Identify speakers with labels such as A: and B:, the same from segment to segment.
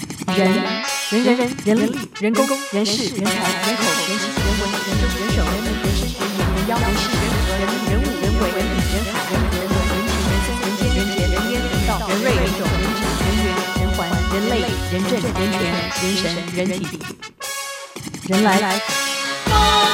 A: 人人人人人力人工人事人才人口人情人文人政人手人民人事人民人妖人事人人人物人为人理人海人人文人情人生人间人杰人烟人道人瑞人种人质人缘人环人类人政人权人神人体人来。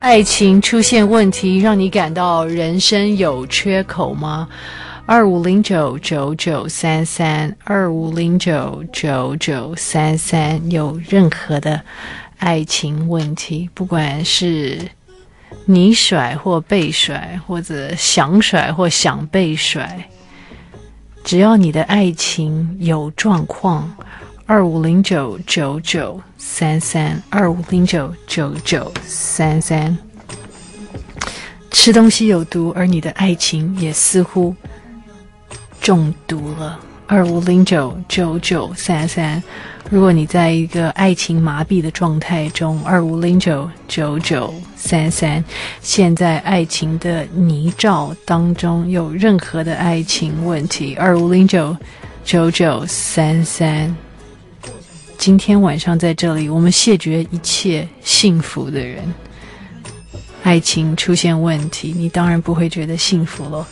A: 爱情出现问题，让你感到人生有缺口吗？二五零九九九三三，二五零九九九三三，有任何的爱情问题，不管是你甩或被甩，或者想甩或想被甩，只要你的爱情有状况。二五零九九九三三，二五零九九九三三。吃东西有毒，而你的爱情也似乎中毒了。二五零九九九三三。如果你在一个爱情麻痹的状态中，二五零九九九三三。现在爱情的泥沼当中有任何的爱情问题，二五零九九九三三。今天晚上在这里，我们谢绝一切幸福的人。爱情出现问题，你当然不会觉得幸福了。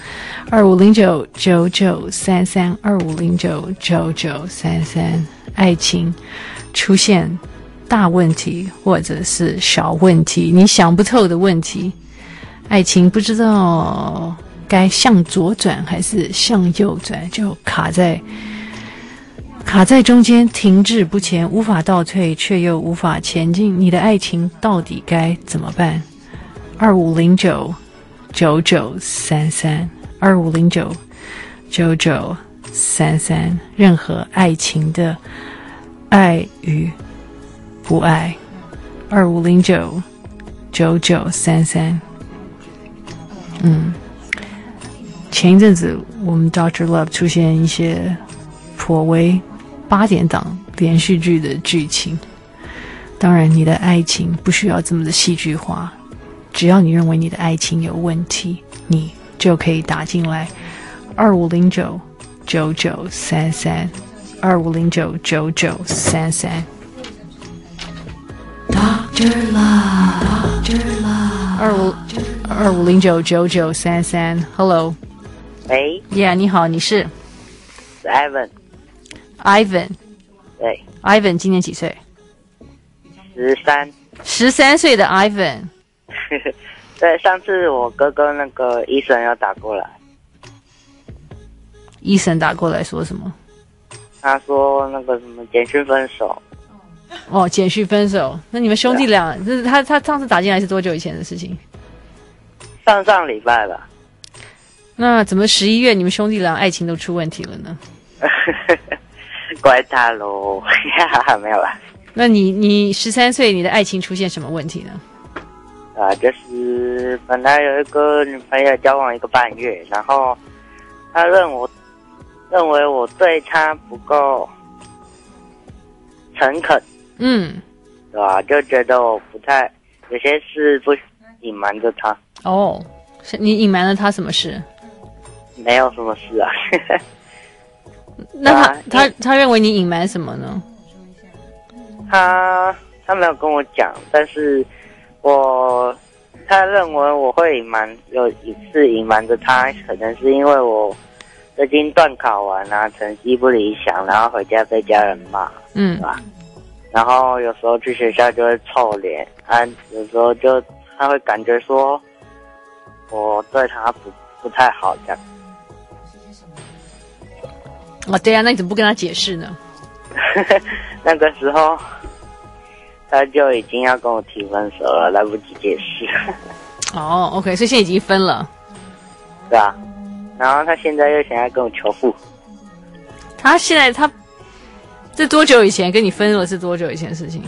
A: 二五零九九九三三，二五零九九九三三，爱情出现大问题或者是小问题，你想不透的问题，爱情不知道该向左转还是向右转，就卡在。卡在中间，停滞不前，无法倒退，却又无法前进。你的爱情到底该怎么办？二五零九九九三三，二五零九九九三三。任何爱情的爱与不爱，二五零九九九三三。嗯，前一阵子我们 Doctor Love 出现一些颇为。八点档连续剧的剧情，当然，你的爱情不需要这么的戏剧化。只要你认为你的爱情有问题，你就可以打进来二五零九九九三三，二五零九九九三三。
B: Doctor Love, Doctor Love，
A: 二五二五零九九九三三，Hello，Yeah，
C: 喂
A: 你好，你是
C: 是，Evan，
A: Ivan，Ivan
C: 对，
A: 今年几岁？
C: 十三。
A: 十三岁的 Ivan，
C: 对，上次我哥哥那个医生要打过来，
A: 医生打过来说什么？
C: 他说那个什么简讯分手，
A: 哦，简讯分手。那你们兄弟俩，这是他他上次打进来是多久以前的事情？
C: 上上礼拜吧。
A: 那怎么十一月你们兄弟俩爱情都出问题了呢？
C: 怪他喽， 没有啦，
A: 那你你十三岁，你的爱情出现什么问题呢？
C: 啊，就是本来有一个女朋友交往一个半月，然后他认我认为我对他不够诚恳，
A: 嗯，
C: 对吧？就觉得我不太有些事不隐瞒着他，
A: 哦，是你隐瞒了他什么事？
C: 没有什么事啊。
A: 那他、
C: 啊
A: 他他认为你隐瞒什么呢？
C: 他他没有跟我讲，但是我他认为我会隐瞒，有一次隐瞒着他，可能是因为我最近段考完啊，成绩不理想，然后回家被家人骂，
A: 嗯
C: 然后有时候去学校就会臭脸，啊，有时候就他会感觉说我对他不不太好这样，
A: 啊，对啊，那你怎么不跟他解释呢？
C: 那个时候。他就已经要跟我提分手了，来不及解释。
A: 哦，OK，所以现在已经分了。
C: 对啊，然后他现在又想要跟我求复合，
A: 他现在他这多久以前跟你分了？是多久以前的事情？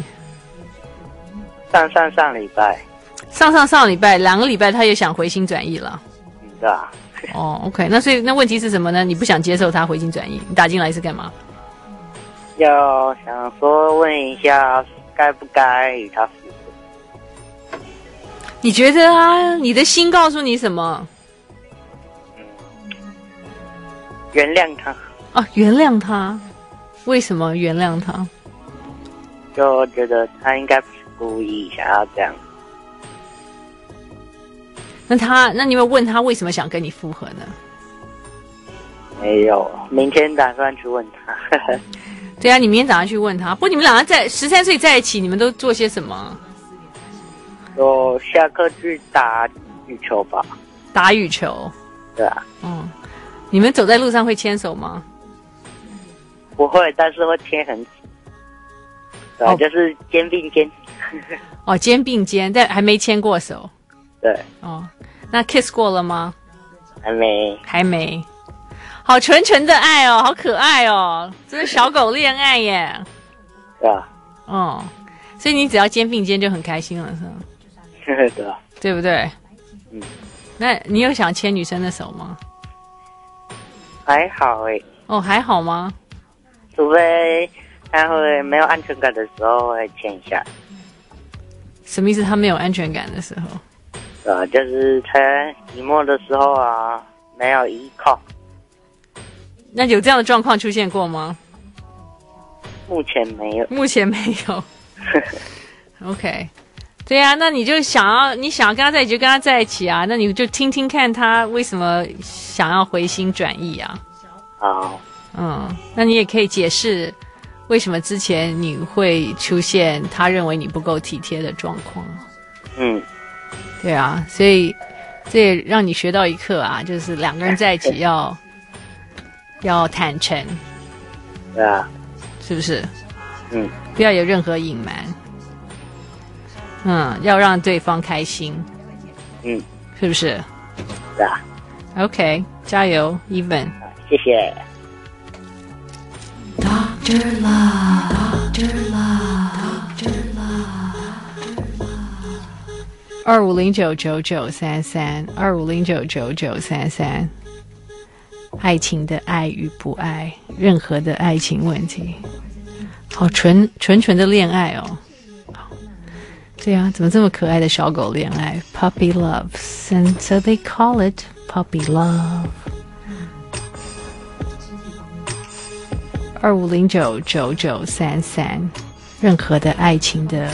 C: 上上上礼拜，
A: 上上上礼拜两个礼拜，他也想回心转意了。
C: 你知道，
A: 哦，OK，那所以那问题是什么呢？你不想接受他回心转意，你打进来是干嘛？
C: 要想说问一下，该不该与他复合？
A: 你觉得啊，你的心告诉你什么？
C: 原谅他，
A: 啊，原谅他，为什么原谅他？
C: 就觉得他应该不是故意想要这样。
A: 那他，那你有没有问他为什么想跟你复合呢？
C: 没有，明天打算去问他。
A: 对啊，你明天早上去问他。不，你们两个在十三岁在一起，你们都做些什么？
C: 就下课去打羽球吧，
A: 打羽球，
C: 对啊，
A: 嗯，你们走在路上会牵手吗？
C: 不会，但是会牵很紧，对、啊
A: 哦
C: 就是肩并肩，
A: 哦，肩并肩，但还没牵过手。
C: 对，
A: 哦，那 kiss 过了吗？
C: 还没，
A: 还没。好纯纯的爱哦，好可爱哦，这是小狗恋爱耶。
C: 对啊，
A: 哦，所以你只要肩并肩就很开心了，是吗？
C: 对啊，
A: 对不对？
C: 嗯。
A: 那你有想牵女生的手吗？
C: 还好诶，
A: 哦，还好吗？
C: 除非他会没有安全感的时候会牵一下，
A: 什么意思？他没有安全感的时候，
C: 对啊，就是他寂寞的时候啊，没有依靠，
A: 那有这样的状况出现过吗？
C: 目前没有，
A: 目前没有。OK，对呀、那你就想要你想要跟他在一起就跟他在一起啊，那你就听听看他为什么想要回心转意啊。
C: 好，
A: 嗯，那你也可以解释为什么之前你会出现他认为你不够体贴的状况。
C: 嗯，
A: 对啊，所以这也让你学到一课啊，就是两个人在一起要 要坦诚，
C: 对啊，
A: 是不是？
C: 嗯，
A: 不要有任何隐瞒。嗯，要让对方开心，
C: 嗯，
A: 是不是
C: 对啊，
A: ？OK，加油，Even。
C: 谢谢。
B: Doctor Love, Doctor Love, Doctor Love,
A: 二五零九九九三三，二五零九九九三三。爱情的爱与不爱，任何的爱情问题，好纯纯纯的恋爱哦。对啊，怎么这么可爱的小狗恋爱？Puppy love，and so they call it puppy love。二五零九九九三三，任何的爱情的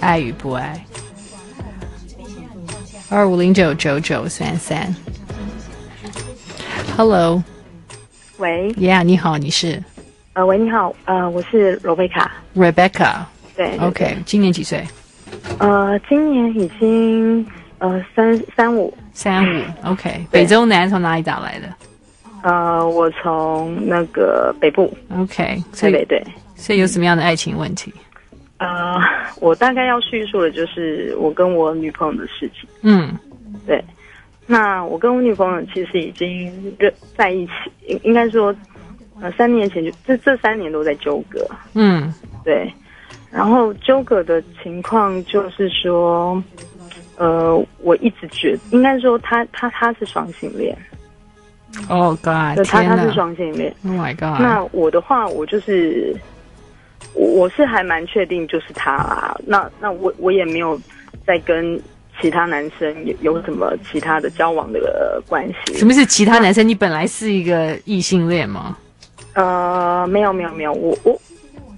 A: 爱与不爱。二五零九九九三三。Hello，Yeah，
D: 喂，
A: 你好，你是
D: 呃，喂，你好，呃，我是罗贝卡，
A: Rebecca。
D: 对
A: OK，今年几岁？
D: 呃，今年已经呃三三五，
A: 三五。OK，北
D: 嗯
A: 中南从哪里打来的
D: 呃，我从那个北部
A: ？OK，所
D: 台北
A: 以
D: 对，
A: 所以有什么样的爱情问题？
D: 呃，我大概要叙述的就是我跟我女朋友的事情，
A: 嗯
D: 对，那我跟我女朋友其实已经认在一起，应应该说，呃，三年前就这这三年都在纠葛，
A: 嗯
D: 对，然后纠葛的情况就是说，呃，我一直觉应该说他他他是双性恋，
A: ，Oh God，
D: 对，他
A: 天
D: 他
A: 哪
D: 是双性恋。
A: ！Oh my God，
D: 那我的话，我就是我我是还蛮确定就是他啦。那那我我也没有再跟其他男生有有什么其他的交往的关
A: 什
D: 系。
A: 么是其他男生？你本来是一个异性恋吗？
D: 呃，没有没有没有，我我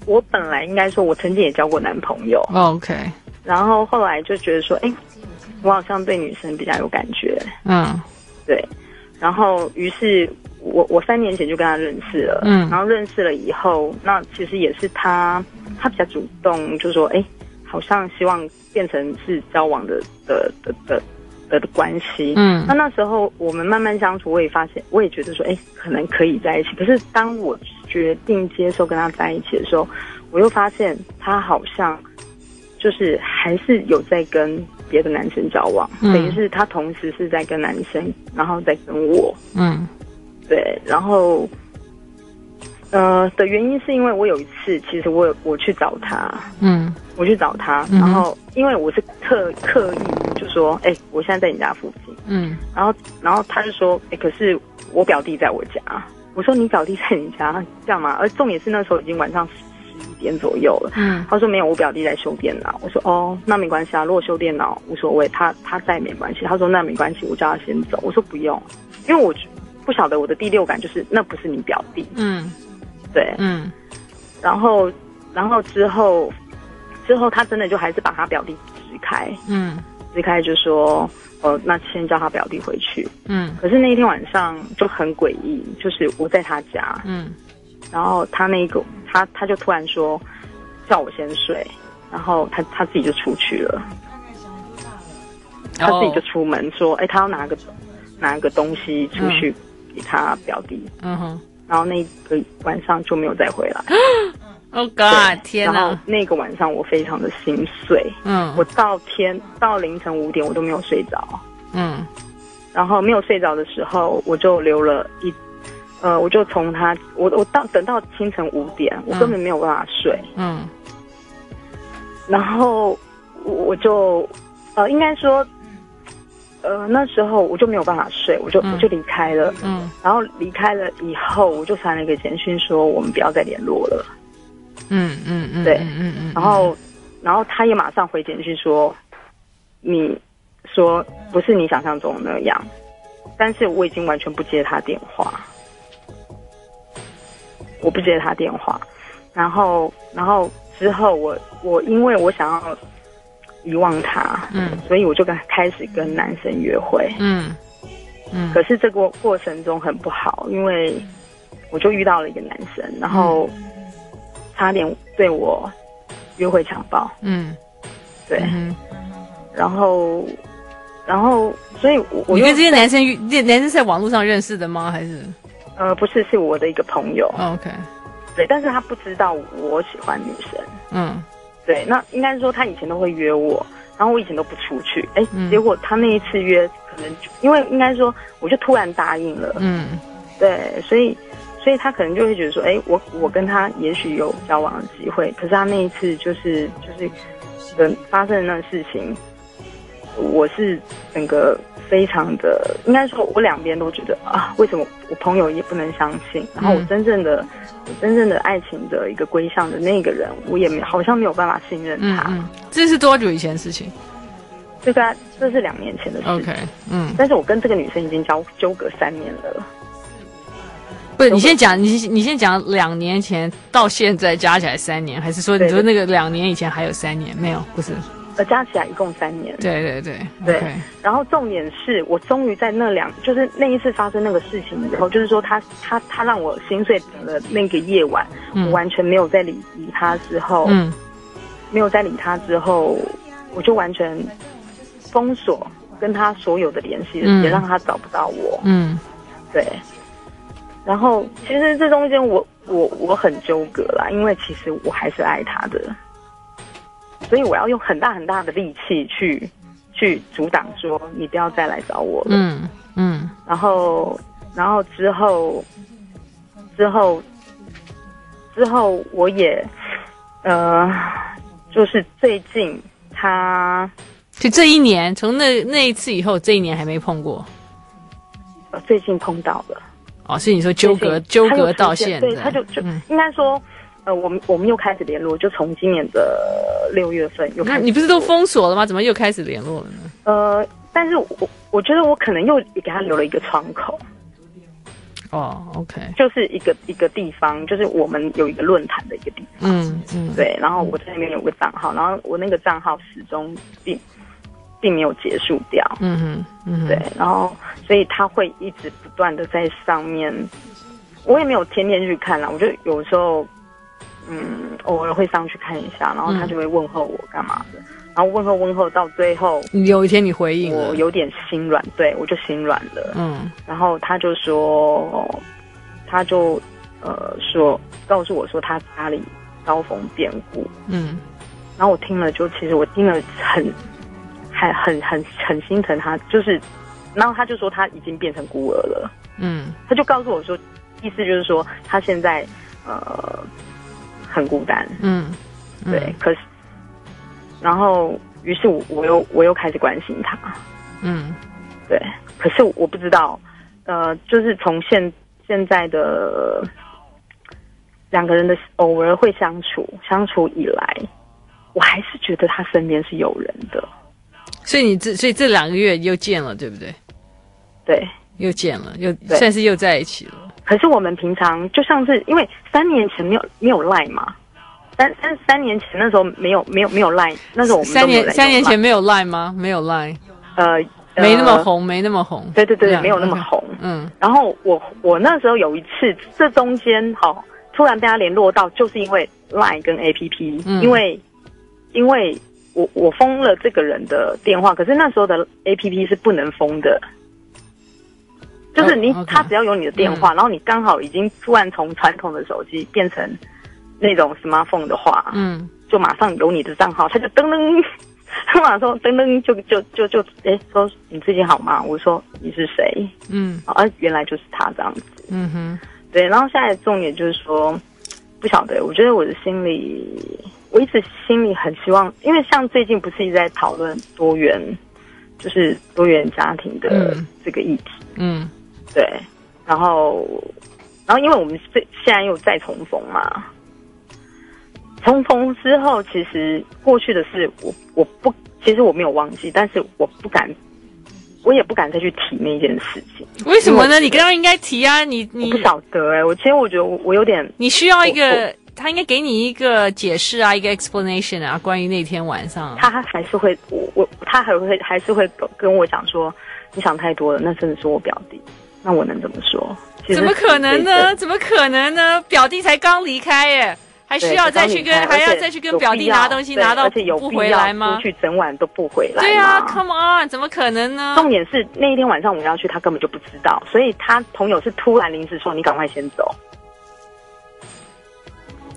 D: 我本来应该说，我曾经也交过男朋友。
A: ？OK，
D: 然后后来就觉得说，哎，我好像对女生比较有感觉，
A: 嗯
D: 对。然后于是我我三年前就跟他认识了，
A: 嗯
D: 然后认识了以后，那其实也是他他比较主动，就说，哎，好像希望变成是交往的的的的的的关系。
A: 嗯
D: 那那时候我们慢慢相处，我也发现，我也觉得说，哎，可能可以在一起。可是当我决定接受跟他在一起的时候，我又发现他好像就是还是有在跟别的男生交往，
A: 嗯
D: 等于是他同时是在跟男生，然后在跟我，
A: 嗯
D: 对，然后呃的原因是因为我有一次，其实我有我去找他，
A: 嗯
D: 我去找他，
A: 嗯哼
D: 然后因为我是刻刻意就说，哎、我现在在你家附近，
A: 嗯
D: 然后然后他就说，哎、可是我表弟在我家，我说你表弟在你家这样吗？而重点是那时候已经晚上十一点左右了。
A: 嗯
D: 他说没有，我表弟在修电脑。我说哦，那没关系啊，如果修电脑无所谓，他他在没关系。他说那没关系，我叫他先走。我说不用，因为我不晓得我的第六感就是那不是你表弟，
A: 嗯
D: 对。
A: 嗯
D: 然后然后之后之后他真的就还是把他表弟支开，
A: 嗯
D: 支开就说呃那先叫他表弟回去。
A: 嗯
D: 可是那一天晚上就很诡异，就是我在他家，
A: 嗯
D: 然后他那个他他就突然说叫我先睡，然后他他自己就出去了，他自己就出门说，哎、他要拿个拿个东西出去给他表弟，
A: 嗯哼
D: 然后那个晚上就没有再回来。
A: ，Oh God，天
D: 然后
A: 哪，
D: 那个晚上我非常的心碎，
A: 嗯
D: 我到天到凌晨五点我都没有睡着，
A: 嗯
D: 然后没有睡着的时候我就留了一。呃，我就从他，我我到等到清晨五点，我根本没有办法睡，
A: 嗯
D: 然后我我就呃，应该说，呃，那时候我就没有办法睡，我就、
A: 嗯
D: 我就离开了。
A: 嗯
D: 然后离开了以后，我就传了一个简讯说我们不要再联络了。
A: 嗯嗯嗯，嗯嗯，
D: 然后，然后他也马上回简讯说，你说不是你想象中的那样，但是我已经完全不接他电话，我不接他电话。然后，然后之后我我因为我想要遗忘他，
A: 嗯
D: 所以我就跟开始跟男生约会。
A: 嗯嗯
D: 可是这个过程中很不好，因为我就遇到了一个男生，然后差点对我约会强暴，
A: 嗯，
D: 对，
A: 嗯，
D: 然后，然后，所以我我
A: 你
D: 又
A: 跟这些男生遇，这男生在网络上认识的吗？还是
D: 呃不是是我的一个朋友，
A: OK？
D: 对，但是他不知道我喜欢女生，
A: 嗯
D: 对，那应该说他以前都会约我，然后我以前都不出去，哎、
A: 嗯
D: 结果他那一次约，可能就因为应该说我就突然答应了，
A: 嗯
D: 对，所以所以他可能就会觉得说，哎，我我跟他也许有交往的机会，可是他那一次就是就是嗯发生的那事情，我是整个非常的，应该说我两边都觉得啊，为什么我朋友也不能相信，然后我
A: 嗯
D: 真正的、我真正的爱情的一个归向的那个人，我也没好像没有办法信任
A: 嗯
D: 他，
A: 嗯，这是多久以前的事情
D: 这个啊这是两年前的事情。
A: ？OK，嗯，
D: 但是我跟这个女生已经交纠葛三年了，
A: 不，你先讲，你你先讲两年前到现在加起来三年，还是说你说那个两年以前还有三年？没有，不是，
D: 呃，加起来一共三年。
A: 对对对，OK，
D: 然后重点是我终于在那两，就是那一次发生那个事情以后，就是说他他他让我心碎的那个夜晚，
A: 嗯
D: 我完全没有再理理他之后，
A: 嗯
D: 没有再理他之后，我就完全封锁跟他所有的联系，
A: 嗯
D: 也让他找不到我。
A: 嗯
D: 对，然后其实这中间我我我很纠葛啦，因为其实我还是爱他的，所以我要用很大很大的力气去去阻挡说你不要再来找我了。
A: 嗯嗯
D: 然后，然后之后，之后，之后我也，呃，就是最近他
A: 就这一年，从那那一次以后，这一年还没碰过
D: 呃最近碰到了
A: 哦，所以你说纠葛纠葛到现在，
D: 对，他就就、
A: 嗯，
D: 应该说，呃，我们我们又开始联络，就从今年的六月份又开
A: 那
D: 始
A: 你不是都封锁了吗？怎么又开始联络了呢？
D: 呃，但是我我觉得我可能又给他留了一个窗口，
A: 哦，OK，
D: 就是一个一个地方，就是我们有一个论坛的一个地方。
A: 嗯嗯
D: 对，然后我在那边有个账号，然后我那个账号始终并并没有结束掉，
A: 嗯哼嗯哼，
D: 对，然后所以他会一直不断的在上面，我也没有天天去看啦，我就有时候嗯偶尔会上去看一下，然后
A: 嗯
D: 他就会问候我干嘛的，然后问候问候到最后。
A: 有一天你回应
D: 我
A: 了，
D: 有点心软，对我就心软了。
A: 嗯
D: 然后他就说，他就呃说告诉我说他家里遭逢变故，
A: 嗯
D: 然后我听了就，其实我听了很，还很很很心疼他，就是，然后他就说他已经变成孤儿了，
A: 嗯
D: 他就告诉我说，意思就是说他现在呃很孤单，
A: 嗯，嗯
D: 对，，可是然后于是我我又我又开始关心他，
A: 嗯
D: 对，可是我不知道，呃，就是从现现在的两个人的偶尔会相处相处以来，我还是觉得他身边是有人的，
A: 所以你这所以这两个月又见了，对不对？
D: 对。
A: 又见了，又
D: 对
A: 算是又在一起了。
D: 可是我们平常就像是因为三年前没有没有赖嘛，三三三年前那时候没有没有没有赖，那时候我们都
A: 三
D: 没有
A: 年
D: 在
A: 三年
D: 用 Line
A: 前没有 line 吗？没有 line，
D: 呃
A: 没那么，
D: 呃
A: 红，没那么红。
D: 对对
A: 这
D: 对，
A: 样
D: 没有那么。红。
A: OK 嗯
D: 然后我我那时候有一次，这中间好、哦、突然被他联络到，就是因为 Line 跟 APP，、
A: 嗯
D: 因为因为我我封了这个人的电话，可是那时候的 APP 是不能封的，就是你、
A: 哦，OK 嗯
D: 他只要有你的电话，然后你刚好已经突然从传统的手机变成那种 smartphone 的话，
A: 嗯，
D: 就马上有你的账号，他就噔噔。 他马上说噔噔就就就就哎、说你最近好吗？我说你是谁？
A: 嗯
D: 啊，原来就是他这样子。
A: 嗯哼，
D: 对，然后现在重点就是说，不晓得，我觉得我的心里，我一直心里很希望，因为像最近不是一直在讨论多元，就是多元家庭的
A: 嗯
D: 这个议题，
A: 嗯
D: 对，然后，然后因为我们最现在又再重逢嘛，重逢之后，其实过去的事我我不，其实我没有忘记，但是我不敢，我也不敢再去提那件事情，
A: 为什么呢？
D: 因为我觉得
A: 你刚刚应该提啊，你
D: 我
A: 你
D: 不晓得哎、我其实我觉得我我有点。
A: 你需要一
D: 我
A: 个，他应该给你一个解释啊，一个 explanation 啊，关于那天晚上啊。
D: 他还是会，我我他还会还是会跟跟我讲说，你想太多了，那真的是我表弟，那我能怎么说？其实
A: 怎么可能
D: 对
A: 呢？？怎么可能呢？表弟才刚离开耶，还需要再去跟
D: 对
A: 还要
D: 而且
A: 再去跟
D: 有
A: 表弟
D: 必要
A: 拿东西，
D: 对
A: 拿到
D: 而且有
A: 不
D: 必
A: 回
D: 要
A: 来吗
D: 出？去整晚都不回来吗，
A: 对啊，Come on，怎么可能呢？
D: 重点是那一天晚上我要去，他根本就不知道，所以他朋友是突然临时说你赶快先走，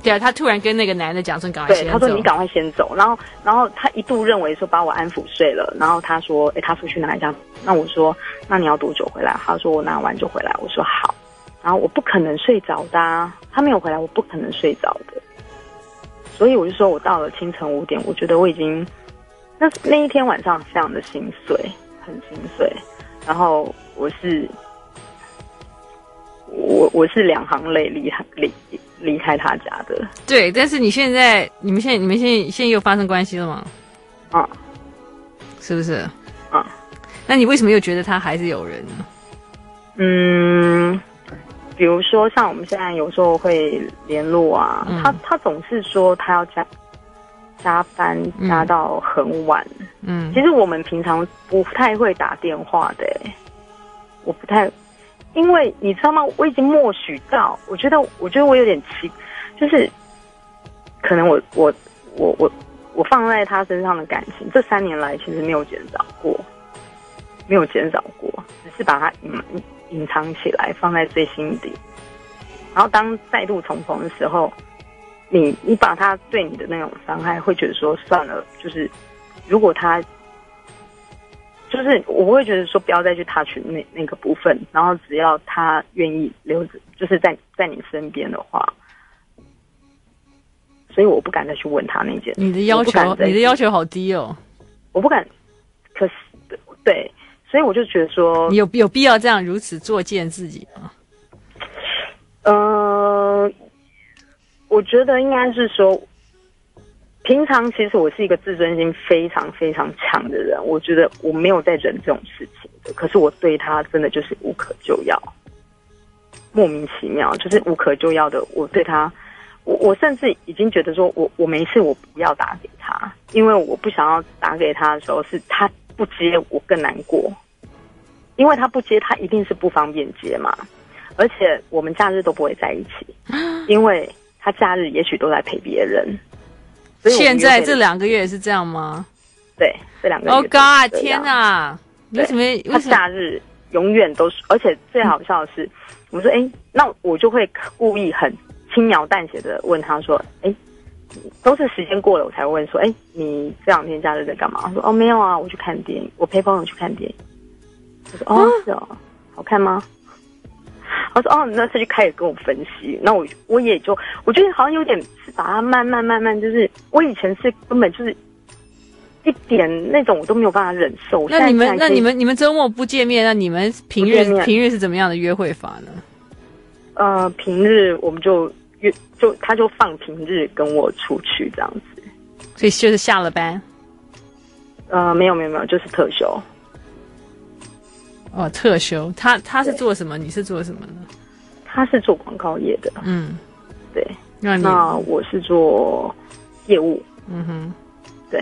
A: 对啊，他突然跟那个男的讲说：“赶快
D: 对，
A: 先
D: 他
A: 走。”
D: 说你赶快先走，然后然后他一度认为说把我安抚睡了，然后他说，哎，他出去拿一下，那我说那你要多久回来？他说我拿完就回来，我说好，然后我不可能睡着的、啊，他没有回来，我不可能睡着的，所以我就说我到了清晨五点，我觉得我已经那那一天晚上非常的心碎，很心碎，然后我是。我我是两行泪离开离离开他家的，
A: 对，但是你现在，你们现在，你们现在现在又发生关系了吗？
D: 嗯，
A: 是不是？
D: 嗯，
A: 那你为什么又觉得他还是有人呢？
D: 嗯，比如说像我们现在有时候会联络啊，
A: 嗯
D: 他他总是说他要加加班
A: 嗯
D: 加到很晚。
A: 嗯
D: 其实我们平常不太会打电话的、欸我不太，因为你知道吗？我已经默许到，我觉得我觉得我有点奇，就是可能我我我我我放在他身上的感情，这三年来其实没有减少过，没有减少过，只是把它隐隐藏起来，放在最心底。然后当再度重逢的时候，你你把他对你的那种伤害，会觉得说算了，就是如果他。就是我会觉得说不要再去 touch 那那个部分，然后只要他愿意留着，就是在在你身边的话，所以我不敢再去问他那件事
A: 你的要
D: 我不敢
A: 求，
D: 再
A: 你的要求好低哦，
D: 我不敢，可是对，所以我就觉得说
A: 你，有有必要这样如此作践自己吗？
D: 呃，我觉得应该是说，平常其实我是一个自尊心非常非常强的人，我觉得我没有在忍这种事情的，可是我对他真的就是无可救药，莫名其妙，就是无可救药的，我对他。我我甚至已经觉得说我我没事，我不要打给他，因为我不想要打给他的时候是他不接，我更难过，因为他不接，他一定是不方便接嘛。而且我们假日都不会在一起， 因为他假日也许都在陪别人。所以我们
A: 现在
D: 约会的
A: 这两个月也是这样吗
D: 对这两个
A: ？Oh
D: 月都是
A: God！
D: 这
A: 天
D: 样
A: 哪！
D: 对
A: 为什么？
D: 他
A: 为什么？
D: 假日永远都是，而且最好笑的是，我说哎、诶那我就会故意很轻描淡写的问他说，哎、都是时间过了我才问说，哎、你这两天假日在干嘛？他说哦没有啊，我去
A: 啊
D: 看电影，我陪朋友去看电影。我说哦是哦，好看吗？他说哦，那他就开始跟我分析，那我我也就我觉得好像有点是把它慢慢慢慢，就是我以前是根本就是一点那种我都没有办法忍受。
A: 那你
D: 现在
A: 们
D: 现在
A: 那
D: 可以
A: 你们你们周末不见面，那你们平
D: 不见
A: 日
D: 面
A: 平日是怎么样的约会法呢？
D: 呃，平日我们就约就他就放平日跟我出去这样子。
A: 所以就是下了班
D: 呃，没有没有没有，就是特休。
A: 哦，特休。他他是做什么？你是做什么呢？
D: 他是做广告业的，
A: 嗯，
D: 对，
A: 让你
D: 那我是做业务，
A: 嗯哼，
D: 对。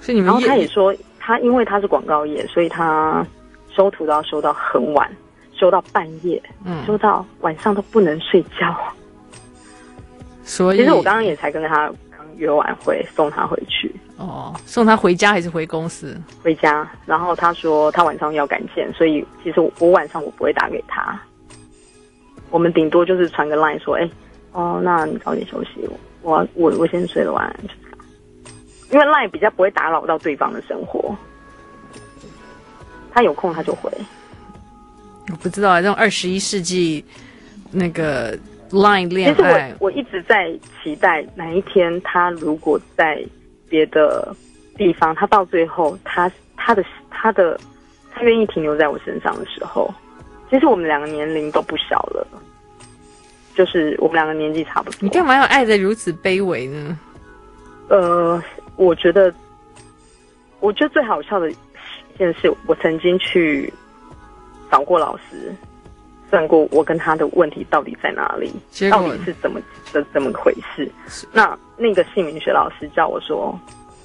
A: 所以你
D: 然
A: 们
D: 后他也
A: 夜
D: 说，他因为他是广告业，所以他收图都要收到很晚，收到半夜，
A: 嗯，
D: 收到晚上都不能睡觉。
A: 所以
D: 其实我刚刚也才跟他刚约完会，送他回去
A: 哦送他回家还是回公司？
D: 回家，然后他说他晚上要赶见，所以其实我我晚上我不会打给他，我们顶多就是传个 line 说，哎，哦，那你早点休息，我要我我先睡了，晚安，就这样。因为 line 比较不会打扰到对方的生活，他有空他就回。
A: 我不知道，这种二十一世纪那个 Line 恋
D: 其实
A: 爱
D: 我，我一直在期待哪一天他如果在别的地方，他到最后他他的他的他愿意停留在我身上的时候，其实我们两个年龄都不小了，就是我们两个年纪差不多。
A: 你干嘛要爱的如此卑微呢？
D: 呃，我觉得，我觉得最好笑的一件事，我曾经去找过老师，算过我跟他的问题到底在哪里，
A: 结果
D: 到底是怎么怎怎么回事
A: 是。
D: 那那个姓名学老师叫我说，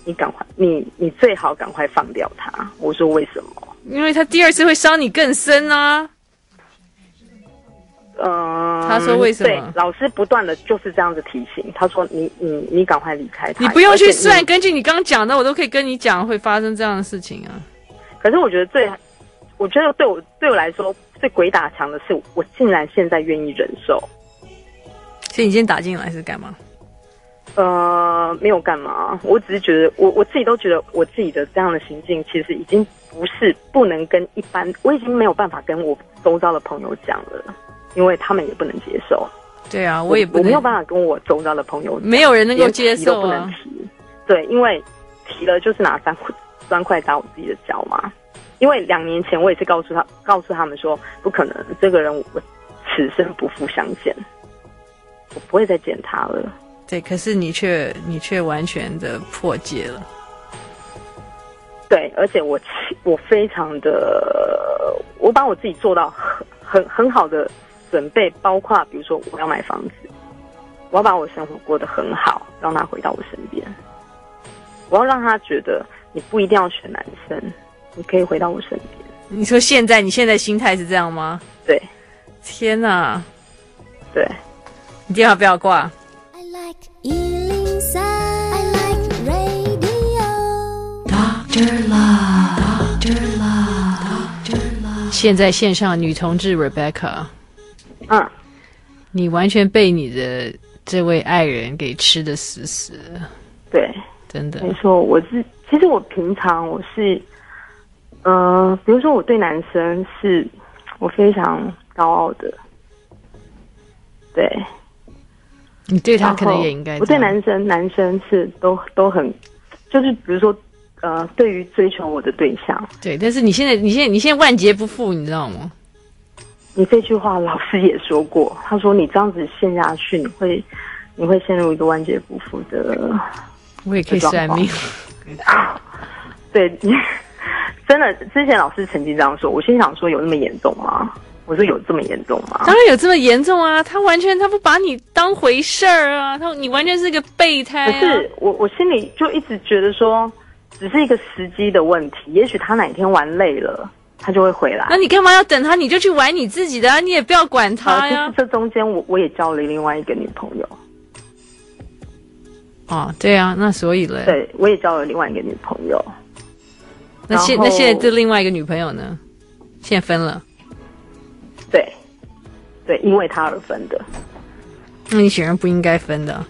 D: 你赶快，你你最好赶快放掉他。我说为什么？
A: 因为他第二次会伤你更深啊。
D: 嗯，
A: 他说为什么
D: 对，老师不断的就是这样子提醒。他说你你你赶快离开他，
A: 你不用去
D: 而且你
A: 算，根据你刚讲的，我都可以跟你讲会发生这样的事情啊。
D: 可是我觉得最，我觉得对我对我来说最鬼打墙的是，我竟然现在愿意忍受。
A: 所以你今天打进来是干嘛？
D: 呃，没有干嘛，我只是觉得我我自己都觉得我自己的这样的行径，其实已经不是不能跟一般，我已经没有办法跟我周遭的朋友讲了，因为他们也不能接受。
A: 对啊，我也不
D: 我没有
A: 法，
D: 办法跟我周遭的朋友讲，
A: 没有人能够
D: 连
A: 接
D: 提都
A: 受
D: 不能
A: 啊。
D: 提。对，因为提了就是拿砖块砖块打我自己的脚嘛。因为两年前我也是告诉他告诉他们说，不可能，这个人我我此生不复相见，我不会再见他了。
A: 对，可是你却你却完全的破戒了。
D: 对，而且我气我非常的，我把我自己做到很很很好的准备，包括比如说我要买房子，我要把我生活过得很好，让他回到我身边，我要让他觉得你不一定要选男生，你可以回到我身边。
A: 你说现在你现在心态是这样吗？
D: 对
A: 天哪，
D: 对，
A: 你电话不要挂。
E: I like Ealing Sound. I like radio.
B: Doctor Love, Doctor Love, Doctor Love,
A: 现在线上女同志 Rebecca，
D: 嗯，
A: 你完全被你的这位爱人给吃的死死的，
D: 对，
A: 真的
D: 没。错，我是其实我平常我是，呃，比如说我对男生是我非常高傲的，对。
A: 你对他
D: 然
A: 可能
D: 后
A: 也应该这样。
D: 我对男生，男生是都都很，就是比如说，呃，对于追求我的对象，
A: 对，但是你现在你现在你现在万劫不复，你知道吗？
D: 你这句话老师也说过，他说你这样子陷下去，你会你会陷入一个万劫不复的，
A: 我也可以
D: 这
A: 算
D: 状况
A: 命。
D: 对， 真的，之前老师曾经这样说，我心想说有那么严重吗？我说有这么严重吗
A: 当？然有这么严重啊！他完全他不把你当回事儿啊！他你完全是个备胎、
D: 可
A: 啊。
D: 是我我心里就一直觉得说，只是一个时机的问题，也许他哪天玩累了，他就会回来
A: 那。你干嘛要等他？你就去玩你自己的、啊，你也不要管他
D: 啊，其
A: 呀
D: 实。这中间我我也交了另外一个女朋友，
A: 哦，对啊，那所以嘞，
D: 对我也交了另外一个女朋友。
A: 那现
D: 然后
A: 那现在这另外一个女朋友呢？现在分了，
D: 对，对，因为他而分的。
A: 那你显然不应该分的。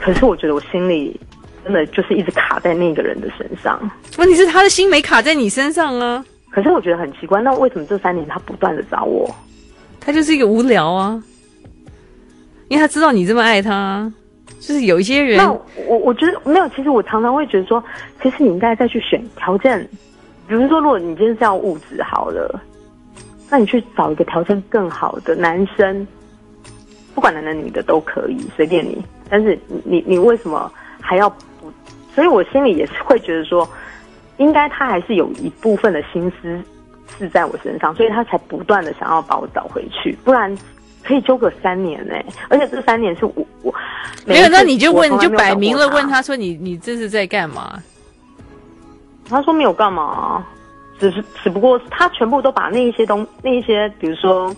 D: 可是我觉得我心里真的就是一直卡在那个人的身上。
A: 问题是他的心没卡在你身上啊。
D: 可是我觉得很奇怪，那为什么这三年他不断的找我？
A: 他就是一个无聊啊，因为他知道你这么爱他啊，就是有一些人
D: 那我我觉得没有，其实我常常会觉得说，其实你应该再去选条件，比如说，如果你今天是要物质好了，那你去找一个条件更好的男生，不管男的女的都可以，随便你。但是你你你为什么还要不？所以我心里也是会觉得说，应该他还是有一部分的心思是在我身上，所以他才不断的想要把我找回去，不然。可以纠葛三年呢、而且这三年是我我每
A: 没
D: 一
A: 有，
D: 次
A: 那你就
D: 我
A: 问，
D: 从
A: 你
D: 来
A: 就
D: 没有
A: 摆
D: 找过
A: 明了问
D: 他
A: 他说你你这是在干嘛？
D: 他说没有干嘛、只是只不过他全部都把那一些东那一些，比如说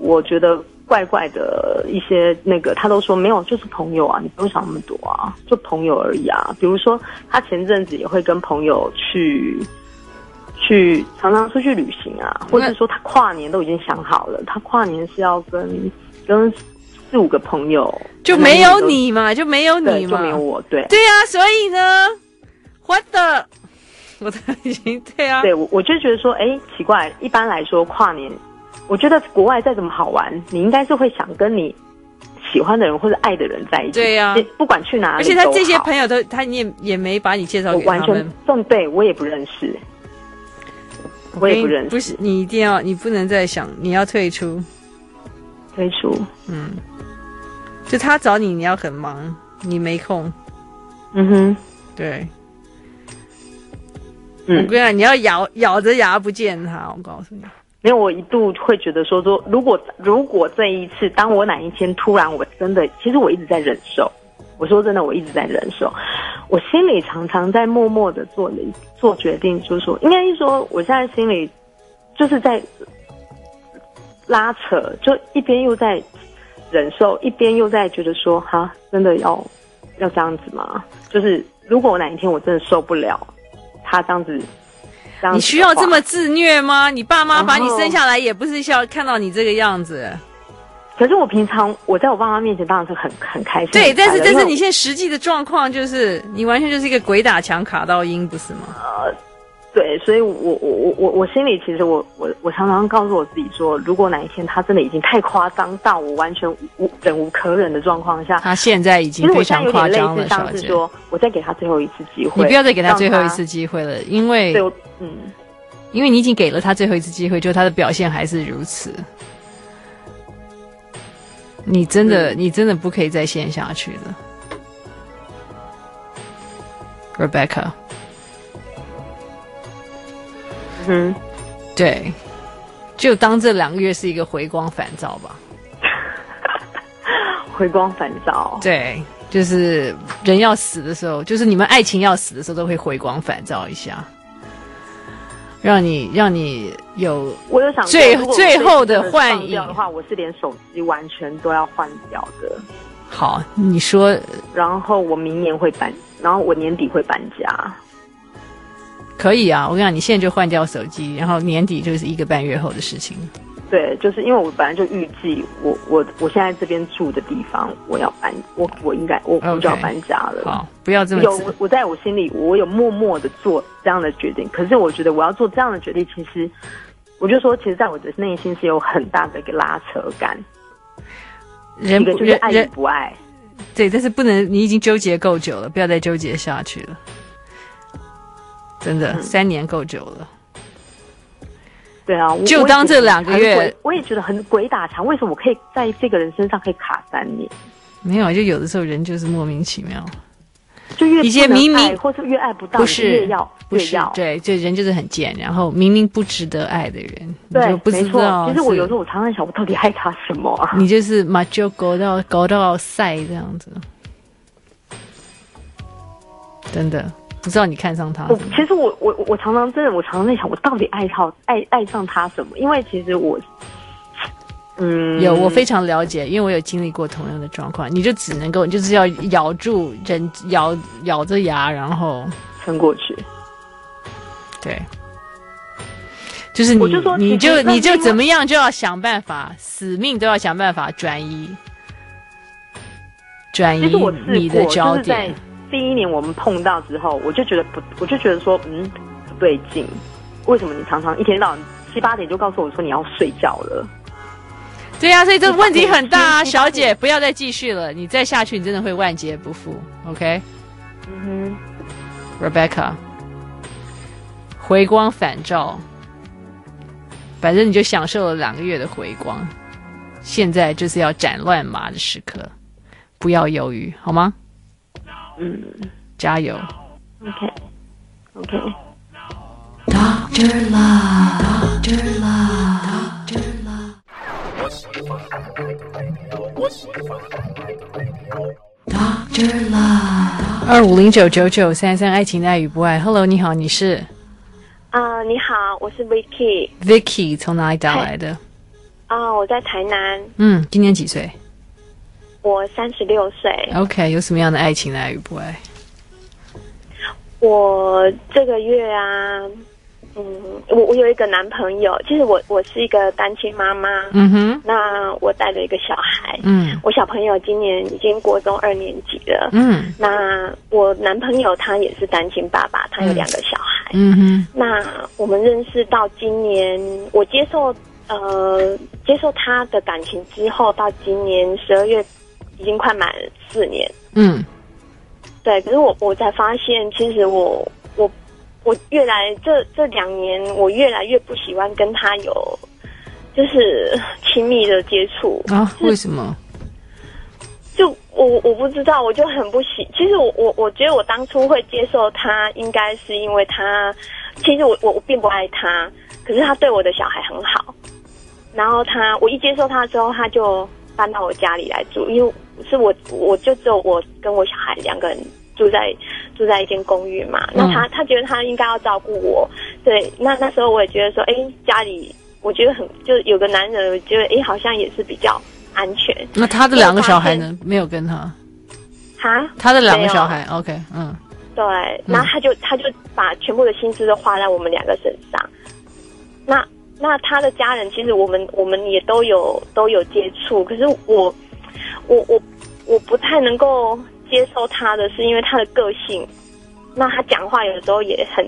D: 我觉得怪怪的一些那个，他都说没有，就是朋友啊，你不用想那么多啊，就朋友而已啊。比如说他前阵子也会跟朋友去。去常常出去旅行啊，或者说他跨年都已经想好了，他跨年是要跟跟四五个朋友，
A: 就
D: 男女
A: 没有
D: 都
A: 你嘛，就没有
D: 对，
A: 你
D: 就
A: 嘛，
D: 没有我，对，
A: 对啊，所以呢，what the，我 都已经对啊，
D: 对我，我就觉得说，哎，奇怪，一般来说跨年，我觉得国外再怎么好玩，你应该是会想跟你喜欢的人或者爱的人在一起。啊
A: 对呀
D: 你不管去哪里，
A: 而且他这些朋友都他你也也没把你介绍
D: 我
A: 给
D: 完
A: 他
D: 全
A: 们，
D: 正对我也不认识，我也不
A: 跟你
D: 认
A: 不
D: 识
A: 是，你一定要你不能再想，你要退出，
D: 退出，
A: 就他找你，你要很忙，你没空，
D: 嗯哼，
A: 对。我
D: 嗯
A: 跟，你讲，你要咬咬着牙不见他，我告诉你。
D: 因为我一度会觉得说说，如果如果这一次，当我哪一天突然我真的，其实我一直在忍受。我说真的，我一直在忍受，我心里常常在默默的做了一做决定，就是说，应该是说，我现在心里就是在拉扯，就一边又在忍受，一边又在觉得说，哈，真的要要这样子吗？就是如果我哪一天我真的受不了他这样子，这样子的话
A: 你需要这么自虐吗？你爸妈把你
D: 然后
A: 生下来也不是要看到你这个样子。
D: 可是我平常我在我爸妈面前当然是很很开心，
A: 对，
D: 很快
A: 但
D: 乐
A: 是但是你
D: 因为
A: 现在实际的状况就是，你完全就是一个鬼打墙卡到音，不是吗？
D: 对，所以我我我我我心里其实我我我常常告诉我自己说，如果哪一天他真的已经太夸张到我完全无忍无可忍的状况下，
A: 他现在已
D: 其
A: 经
D: 实我
A: 非
D: 现在
A: 常
D: 有
A: 夸
D: 点
A: 张
D: 类似
A: 了，小
D: 像是
A: 姐。
D: 说，我再给他最后一次机会，
A: 你不要再给他
D: 让
A: 最后一次。机会了，因为
D: 对，我嗯，
A: 因为你已经给了他最后一次机会，就他的表现还是如此。你真的，你真的不可以再陷下去了，Rebecca。
D: 嗯
A: 对，就当这两个月是一个回光返照吧。
D: 哼，回光返照，
A: 对，就是人要死的时候，就是你们爱情要死的时候，都会回光返照一下，让你让你有
D: 我有想过
A: 最
D: 如果我
A: 最后的
D: 这次真
A: 幻
D: 放掉的
A: 影
D: 话，我是连手机完全都要换掉的。
A: 好。你说
D: 然后我明年会搬，然后我年底会搬家。
A: 可以啊？我跟你讲，你现在就换掉手机，然后年底就是一个半月后的事情。
D: 对，就是因为我本来就预计我我我现在这边住的地方我要搬，我我应该我我
A: OK
D: 就要搬家了。
A: 好，不要这么
D: 有
A: 自
D: 我我在我心里我有默默的做这样的决定，可是我觉得我要做这样的决定，其实我就说，其实在我的内心是有很大的一个拉扯感，
A: 人
D: 一
A: 不
D: 个就是
A: 人
D: 爱与
A: 人
D: 不爱。
A: 对，但是不能，你已经纠结够久了，不要再纠结下去了。真的，
D: 嗯
A: 三年够久了。
D: 对啊，我
A: 就当这两个月，
D: 我也觉得很鬼我也觉得很鬼打墙。为什么我可以在这个人身上可以卡三年？
A: 没有，就有的时候人就是莫名其妙，
D: 就越
A: 一些
D: 不能
A: 明明
D: 爱或是越爱不到，
A: 不
D: 你
A: 是
D: 越要
A: 不
D: 越
A: 是
D: 要
A: 对，就人就是很贱，然后明明不值得爱的人，
D: 对
A: 你就不
D: 没
A: 知
D: 错
A: 道。是。
D: 其实我有时候我常常想，我到底爱他什么啊？
A: 你就是马就搞到搞到晒这样子，真的不知道你看上他
D: 我
A: 什么。
D: 其实我我我常常真的，我常常在想，我到底爱他爱爱上他什么？因为其实我，嗯，
A: 有，我非常了解，因为我有经历过同样的状况。你就只能够，你就是要咬住忍，咬咬着牙，然后
D: 撑过去。
A: 对，就是你，
D: 我就说
A: 你
D: 其实
A: 就
D: 那
A: 你就
D: 另外
A: 怎么样，就要想办法，死命都要想办法转移，转移
D: 其实我试过，
A: 你的焦
D: 就是在
A: 点。
D: 第一年我们碰到之后，我就觉得不，我就觉得说，嗯，不对劲。为什么你常常一天到晚七八点就告诉我说你要睡觉了？
A: 对啊呀、所以这问题很大啊，小姐，不要再继续了，你再下去，你真的会万劫不复。OK，Rebecca，、
D: 嗯
A: Rebecca 回光返照，反正你就享受了两个月的回光，现在就是要斩乱麻的时刻，不要犹豫，好吗？
D: 哼，嗯
A: 加油！
D: ，OK OK。
B: Doctor Love, Doctor Love, Doctor Love. Doctor Love,
A: 二五零九九九三三，爱情的爱与不爱。Hello，你好，你是
F: 啊、你好，我是 Vicky
A: Vicky，从哪里打来的？
F: 啊、我在台南，
A: 嗯，今年几岁
F: 我三十六岁，
A: ？OK，有什么样的爱情的爱与不爱？
F: 我这个月啊，嗯，我我有一个男朋友，其实我我是一个单亲妈妈，
A: 嗯哼，
F: 那我带了一个小孩，
A: 嗯
F: 我小朋友今年已经国中二年级了，
A: 嗯
F: 那我男朋友他也是单亲爸爸，他有两个小孩，
A: 嗯哼，
F: 那我们认识到今年，我接受呃接受他的感情之后，到今年十二月已经快满四年。
A: 嗯
F: 对，可是我我才发现，其实我我我越来这这两年，我越来越不喜欢跟他有就是亲密的接触。
A: 啊，为什么？
F: 就我我不知道，我就很不喜。其实我我我觉得我当初会接受他，应该是因为他，其实我我我并不爱他，可是他对我的小孩很好。然后他我一接受他之后，他就搬到我家里来住，因为是我我就只有我跟我小孩两个人住在住在一间公寓嘛。那他他觉得他应该要照顾我，对。那那时候我也觉得说，哎，家里我觉得很就有个男人，我觉得哎好像也是比较安全
A: 那他的两个小孩呢？没有跟他，
F: 哈。
A: 他的两个
F: 没有
A: 小孩，OK，嗯
F: 对，然后他就、他就把全部的心思都花在我们两个身上。那那他的家人，其实我们我们也都有都有接触，可是我我我我不太能够接受他的是因为他的个性。那他讲话有时候也很，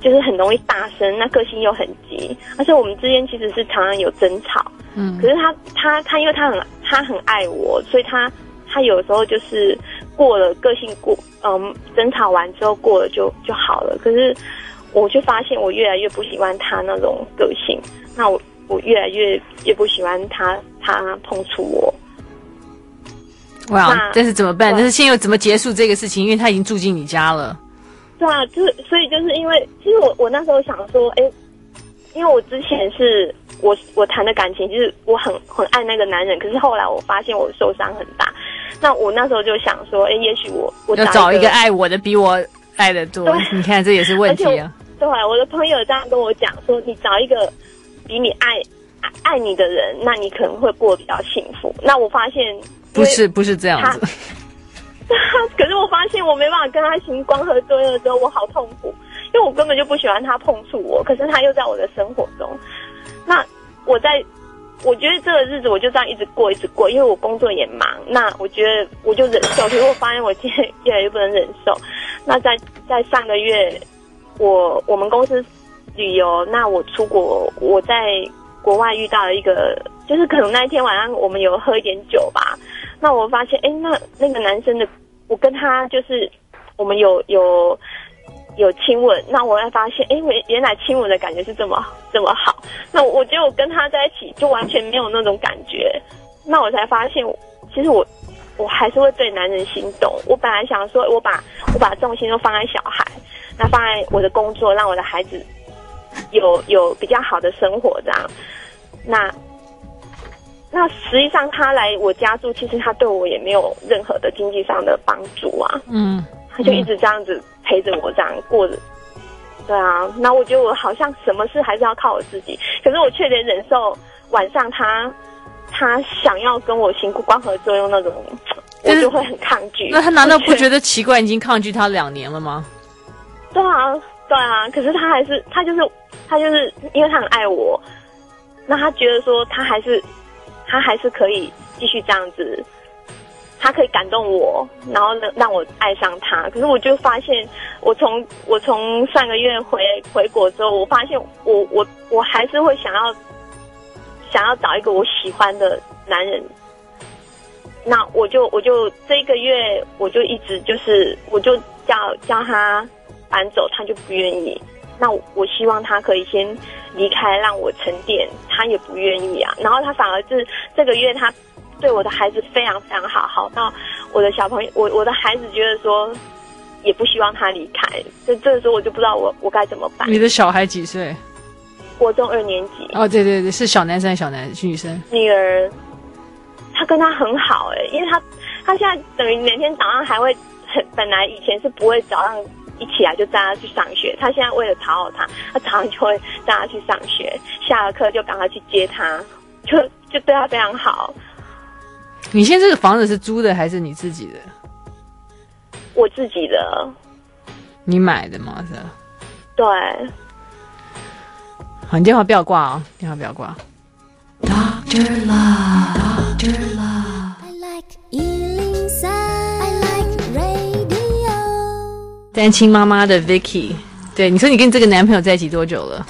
F: 就是很容易大声，那个性又很急，而且我们之间其实是常常有争吵。
A: 嗯
F: 可是他他他，因为他很他很爱我，所以他他有时候就是过了个性过，嗯，争吵完之后过了就就好了。可是我就发现我越来越不喜欢他那种个性，那我我越来越越不喜欢他他碰触我。
A: 哇
F: 那，
A: 但是怎么办？
F: 对
A: 但是现在又怎么结束这个事情？因为他已经住进你家了，
F: 对啊，就是所以就是因为，其实我我那时候想说，哎，因为我之前是我我谈的感情，就是我很很爱那个男人，可是后来我发现我受伤很大，那我那时候就想说，哎，也许我我
A: 要找一
F: 一
A: 个爱我的比我爱的多。
F: 对
A: 你看这也是问题啊。
F: 对，我的朋友这样跟我讲说，你找一个比你爱爱爱你的人，那你可能会过得比较幸福。那我发现
A: 不是不是这样子，
F: 可是我发现我没办法跟他行光合作用的时候，我好痛苦，因为我根本就不喜欢他碰触我，可是他又在我的生活中。那我在，我觉得这个日子我就这样一直过，一直过，因为我工作也忙。那我觉得我就忍受，可是我发现我现在越来越不能忍受。那在在上个月，我我们公司旅游，那我出国，我在国外遇到了一个，就是可能那一天晚上我们有喝一点酒吧，那我发现，哎，那那个男生的，我跟他就是我们有有有亲吻，那我才发现，哎，原原来亲吻的感觉是这么这么好，那我我觉得我跟他在一起就完全没有那种感觉，那我才发现，其实我。我还是会对男人心动。我本来想说，我把我把重心都放在小孩，那放在我的工作，让我的孩子有有比较好的生活这样。那那实际上他来我家住，其实他对我也没有任何的经济上的帮助啊，
A: 嗯，
F: 他就一直这样子陪着我这样过着。对啊，那我觉得我好像什么事还是要靠我自己，可是我却得忍受晚上他他想要跟我行光合作用那种，我
A: 但是
F: 就会很抗拒。
A: 那他难道不
F: 得？
A: 觉得奇怪？已经抗拒他两年了吗？
F: 对啊，对啊，可是他还是他就是他就是因为他很爱我，那他觉得说他还是他还是可以继续这样子，他可以感动我，然后让让我爱上他。可是我就发现，我从我从上个月回回国之后，我发现我我我还是会想要想要找一个我喜欢的男人。那我就我就这一个月我就一直就是我就叫叫他搬走，他就不愿意。那我我希望他可以先离开，让我沉淀。他也不愿意啊，然后他反而是这个月他对我的孩子非常非常好，好到我的小朋友，我我的孩子觉得说也不希望他离开。这这个时候我就不知道我我该怎么办。
A: 你的小孩几岁？
F: 国中二年级，
A: 哦，对对对，是小男生还是小男女生？
F: 女儿，她跟他很好哎、因为她她现在等于每天早上还会很，本来以前是不会早上一起来就带她去上学，她现在为了讨好她，她早上就会带她去上学，下了课就赶快去接她，就就对她非常好。
A: 你现在这个房子是租的还是你自己的？
F: 我自己的，
A: 你买的吗？是吧？
F: 对，
A: 好，你电话不要挂啊、电话不要挂。
B: Doctor Love, Doctor Love.
E: I like Ealing Sound. I like radio.
A: 单亲妈妈的 Vicky，对，你说你跟你这个男朋友在一起多久了？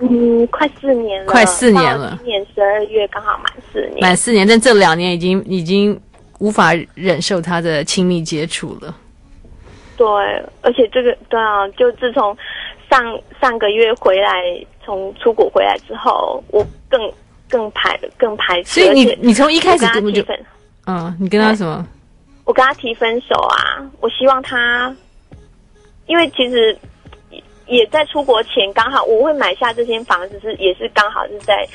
F: 嗯，快四年了，
A: 快四年了
F: 到今年十二月刚好满四年，
A: 满四年，但这两年已经已经无法忍受他的亲密接触了。
F: 对，而且这个对啊，就自从上上个月回来，从出国回来之后，我更更排更排斥。
A: 所以
F: 而
A: 你
F: 且
A: 你从一开始
F: 我
A: 根本
F: 跟他提
A: 就
F: 分，
A: 嗯，你跟他什么？
F: 我跟他提分手啊，我希望他，因为其实也也在出国前刚好我会买下这间房子是也是刚好是在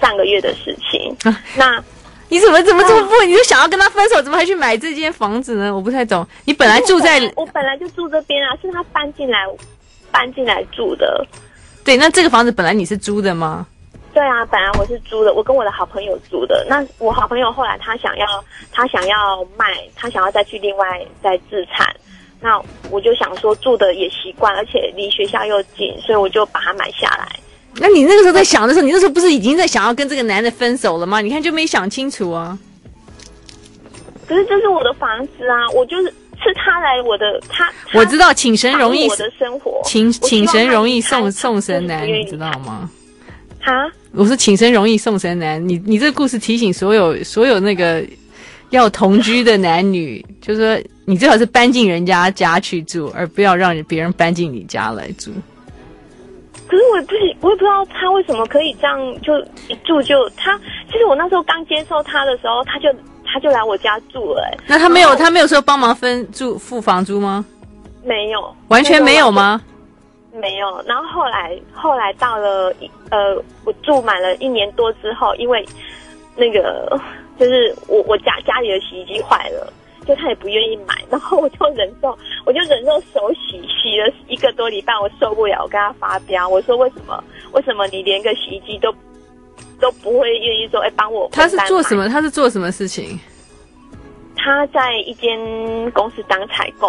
F: 上个月的事情，
A: 啊
F: 那。
A: 你怎么怎么这么不？你就想要跟他分手，怎么还去买这间房子呢？我不太懂。你本来住在
F: 我本来就住这边啊，是他搬进来，搬进来住的。
A: 对，那这个房子本来你是租的吗？
F: 对啊，本来我是租的，我跟我的好朋友租的。那我好朋友后来他想要，他想要卖，他想要再去另外再自产。那我就想说住的也习惯，而且离学校又近，所以我就把它买下来。
A: 那你那个时候在想的时候，你那时候不是已经在想要跟这个男的分手了吗？你看就没想清楚啊。
F: 可是这是我的房子啊，我就是是他来我的，他他
A: 啊我知道，请神容易
F: 他，我的生活，
A: 请
F: 我希
A: 请
F: 望
A: 神
F: 他
A: 容易
F: 离开
A: 送送神
F: 他
A: 难，
F: 就是不愿
A: 你
F: 意
A: 知道
F: 离开
A: 吗？
F: 啊？
A: 我说请神容易送神难，你你这个故事提醒所有所有那个要同居的男女，就是说你最好是搬进人家家去住，而不要让别人搬进你家来住。
F: 可是我也不是，我也不知道他为什么可以这样就一住就他。其实我那时候刚接受他的时候，他就他就来我家住了、欸
A: 那他没有
F: 然后
A: 他没有说帮忙分住付房租吗？
F: 没有，
A: 完全没有吗？
F: 没有。然后后来后来到了一呃，我住满了一年多之后，因为那个 就是我我家家里的洗衣机坏了。就他也不愿意买，然后我就忍受，我就忍受手洗，洗了一个多礼拜，我受不了，我跟他发飙，我说为什么，为什么你连个洗衣机都都不会愿意说，哎、帮我
A: 他是做
F: 么？
A: 什么？他是做什么事情？
F: 他在一间公司当采购，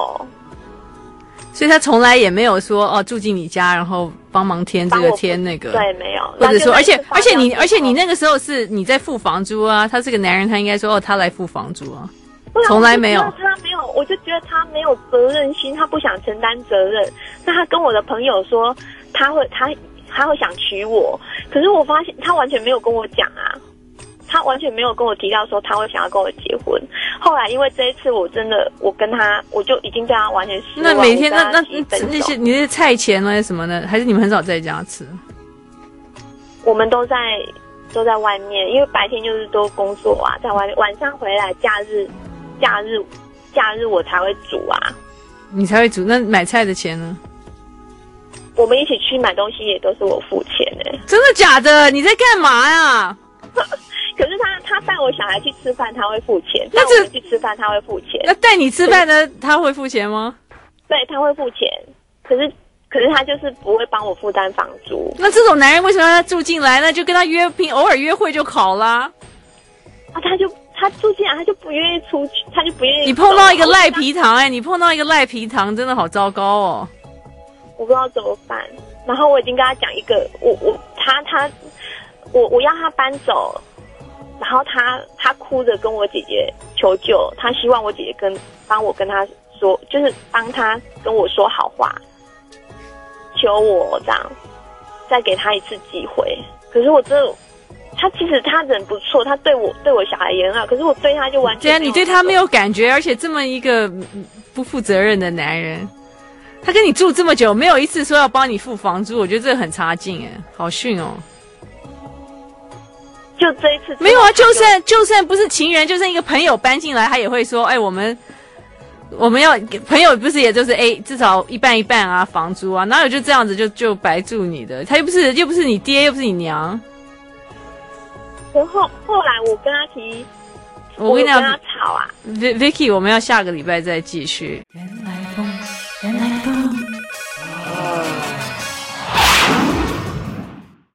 A: 所以他从来也没有说哦住进你家，然后帮忙添这
F: 帮
A: 个
F: 我
A: 添那个。
F: 对，没有，
A: 或者说，
F: 那
A: 而
F: 就
A: 且
F: 在
A: 而且你
F: 发飙之后
A: 而且你那个时候是你在付房租啊，他是个男人，他应该说哦他来付房租啊。
F: 不然
A: 从来没有
F: 我就觉得他没有，我就觉得他没有责任心，他不想承担责任。那他跟我的朋友说，他会他他会想娶我，可是我发现他完全没有跟我讲啊，他完全没有跟我提到说他会想要跟我结婚。后来因为这一次我真的我跟他我就已经对他完全失
A: 那
F: 望，
A: 每天
F: 我
A: 那
F: 跟
A: 那
F: 他提分手
A: 那些你的菜钱呢什么的，还是你们很少在家吃？
F: 我们都在都在外面，因为白天就是都工作啊，在外面，晚上回来，假日假日假日我才会煮啊。
A: 你才会煮。那买菜的钱呢？
F: 我们一起去买东西也都是我付钱的、
A: 真的假的？你在干嘛呀？
F: 可是他他带我小孩去吃饭，他会付钱；带
A: 那这
F: 我们去吃饭，他会付钱
A: 那。带你吃饭的他会付钱吗？
F: 对，他会付钱。可是可是他就是不会帮我负担房租
A: 那这种男人为什么要住进来呢？就跟他约平偶尔约会就好啦。
F: 啊，他就他住进来，他就不愿意出去，他就不愿意。
A: 你碰到一个赖，皮糖哎、你碰到一个赖皮糖真的好糟糕哦。
F: 我不知道怎么办。然后我已经跟他讲一个，我我他他，我我要他搬走，然后他他哭着跟我姐姐求救，他希望我姐姐跟帮我跟他说，就是帮他跟我说好话，求我这样，再给他一次机会。可是我真的他其实他人不错，他对我对我小孩也很好，可是我对他就完全
A: 对啊，你对他没
F: 有
A: 有感觉，而且这么一个嗯不负责任的男人，他跟你住这么久，没有一次说要帮你付房租，我觉得这很差劲哎，好逊哦。
F: 就这一次
A: 没有啊，就算就算不是情人，就算一个朋友搬进来，他也会说，哎，我们我们要朋友不是也就是哎，至少一半一半啊，房租啊，哪有就这样子就就白住你的？他又不是又不是你爹，又不是你娘，
F: 然后后来我跟他提，
A: 我跟你
F: 有
A: 讲
F: 跟他吵啊，
A: ，Vi- Vicky，我们要下个礼拜再继续。
B: 原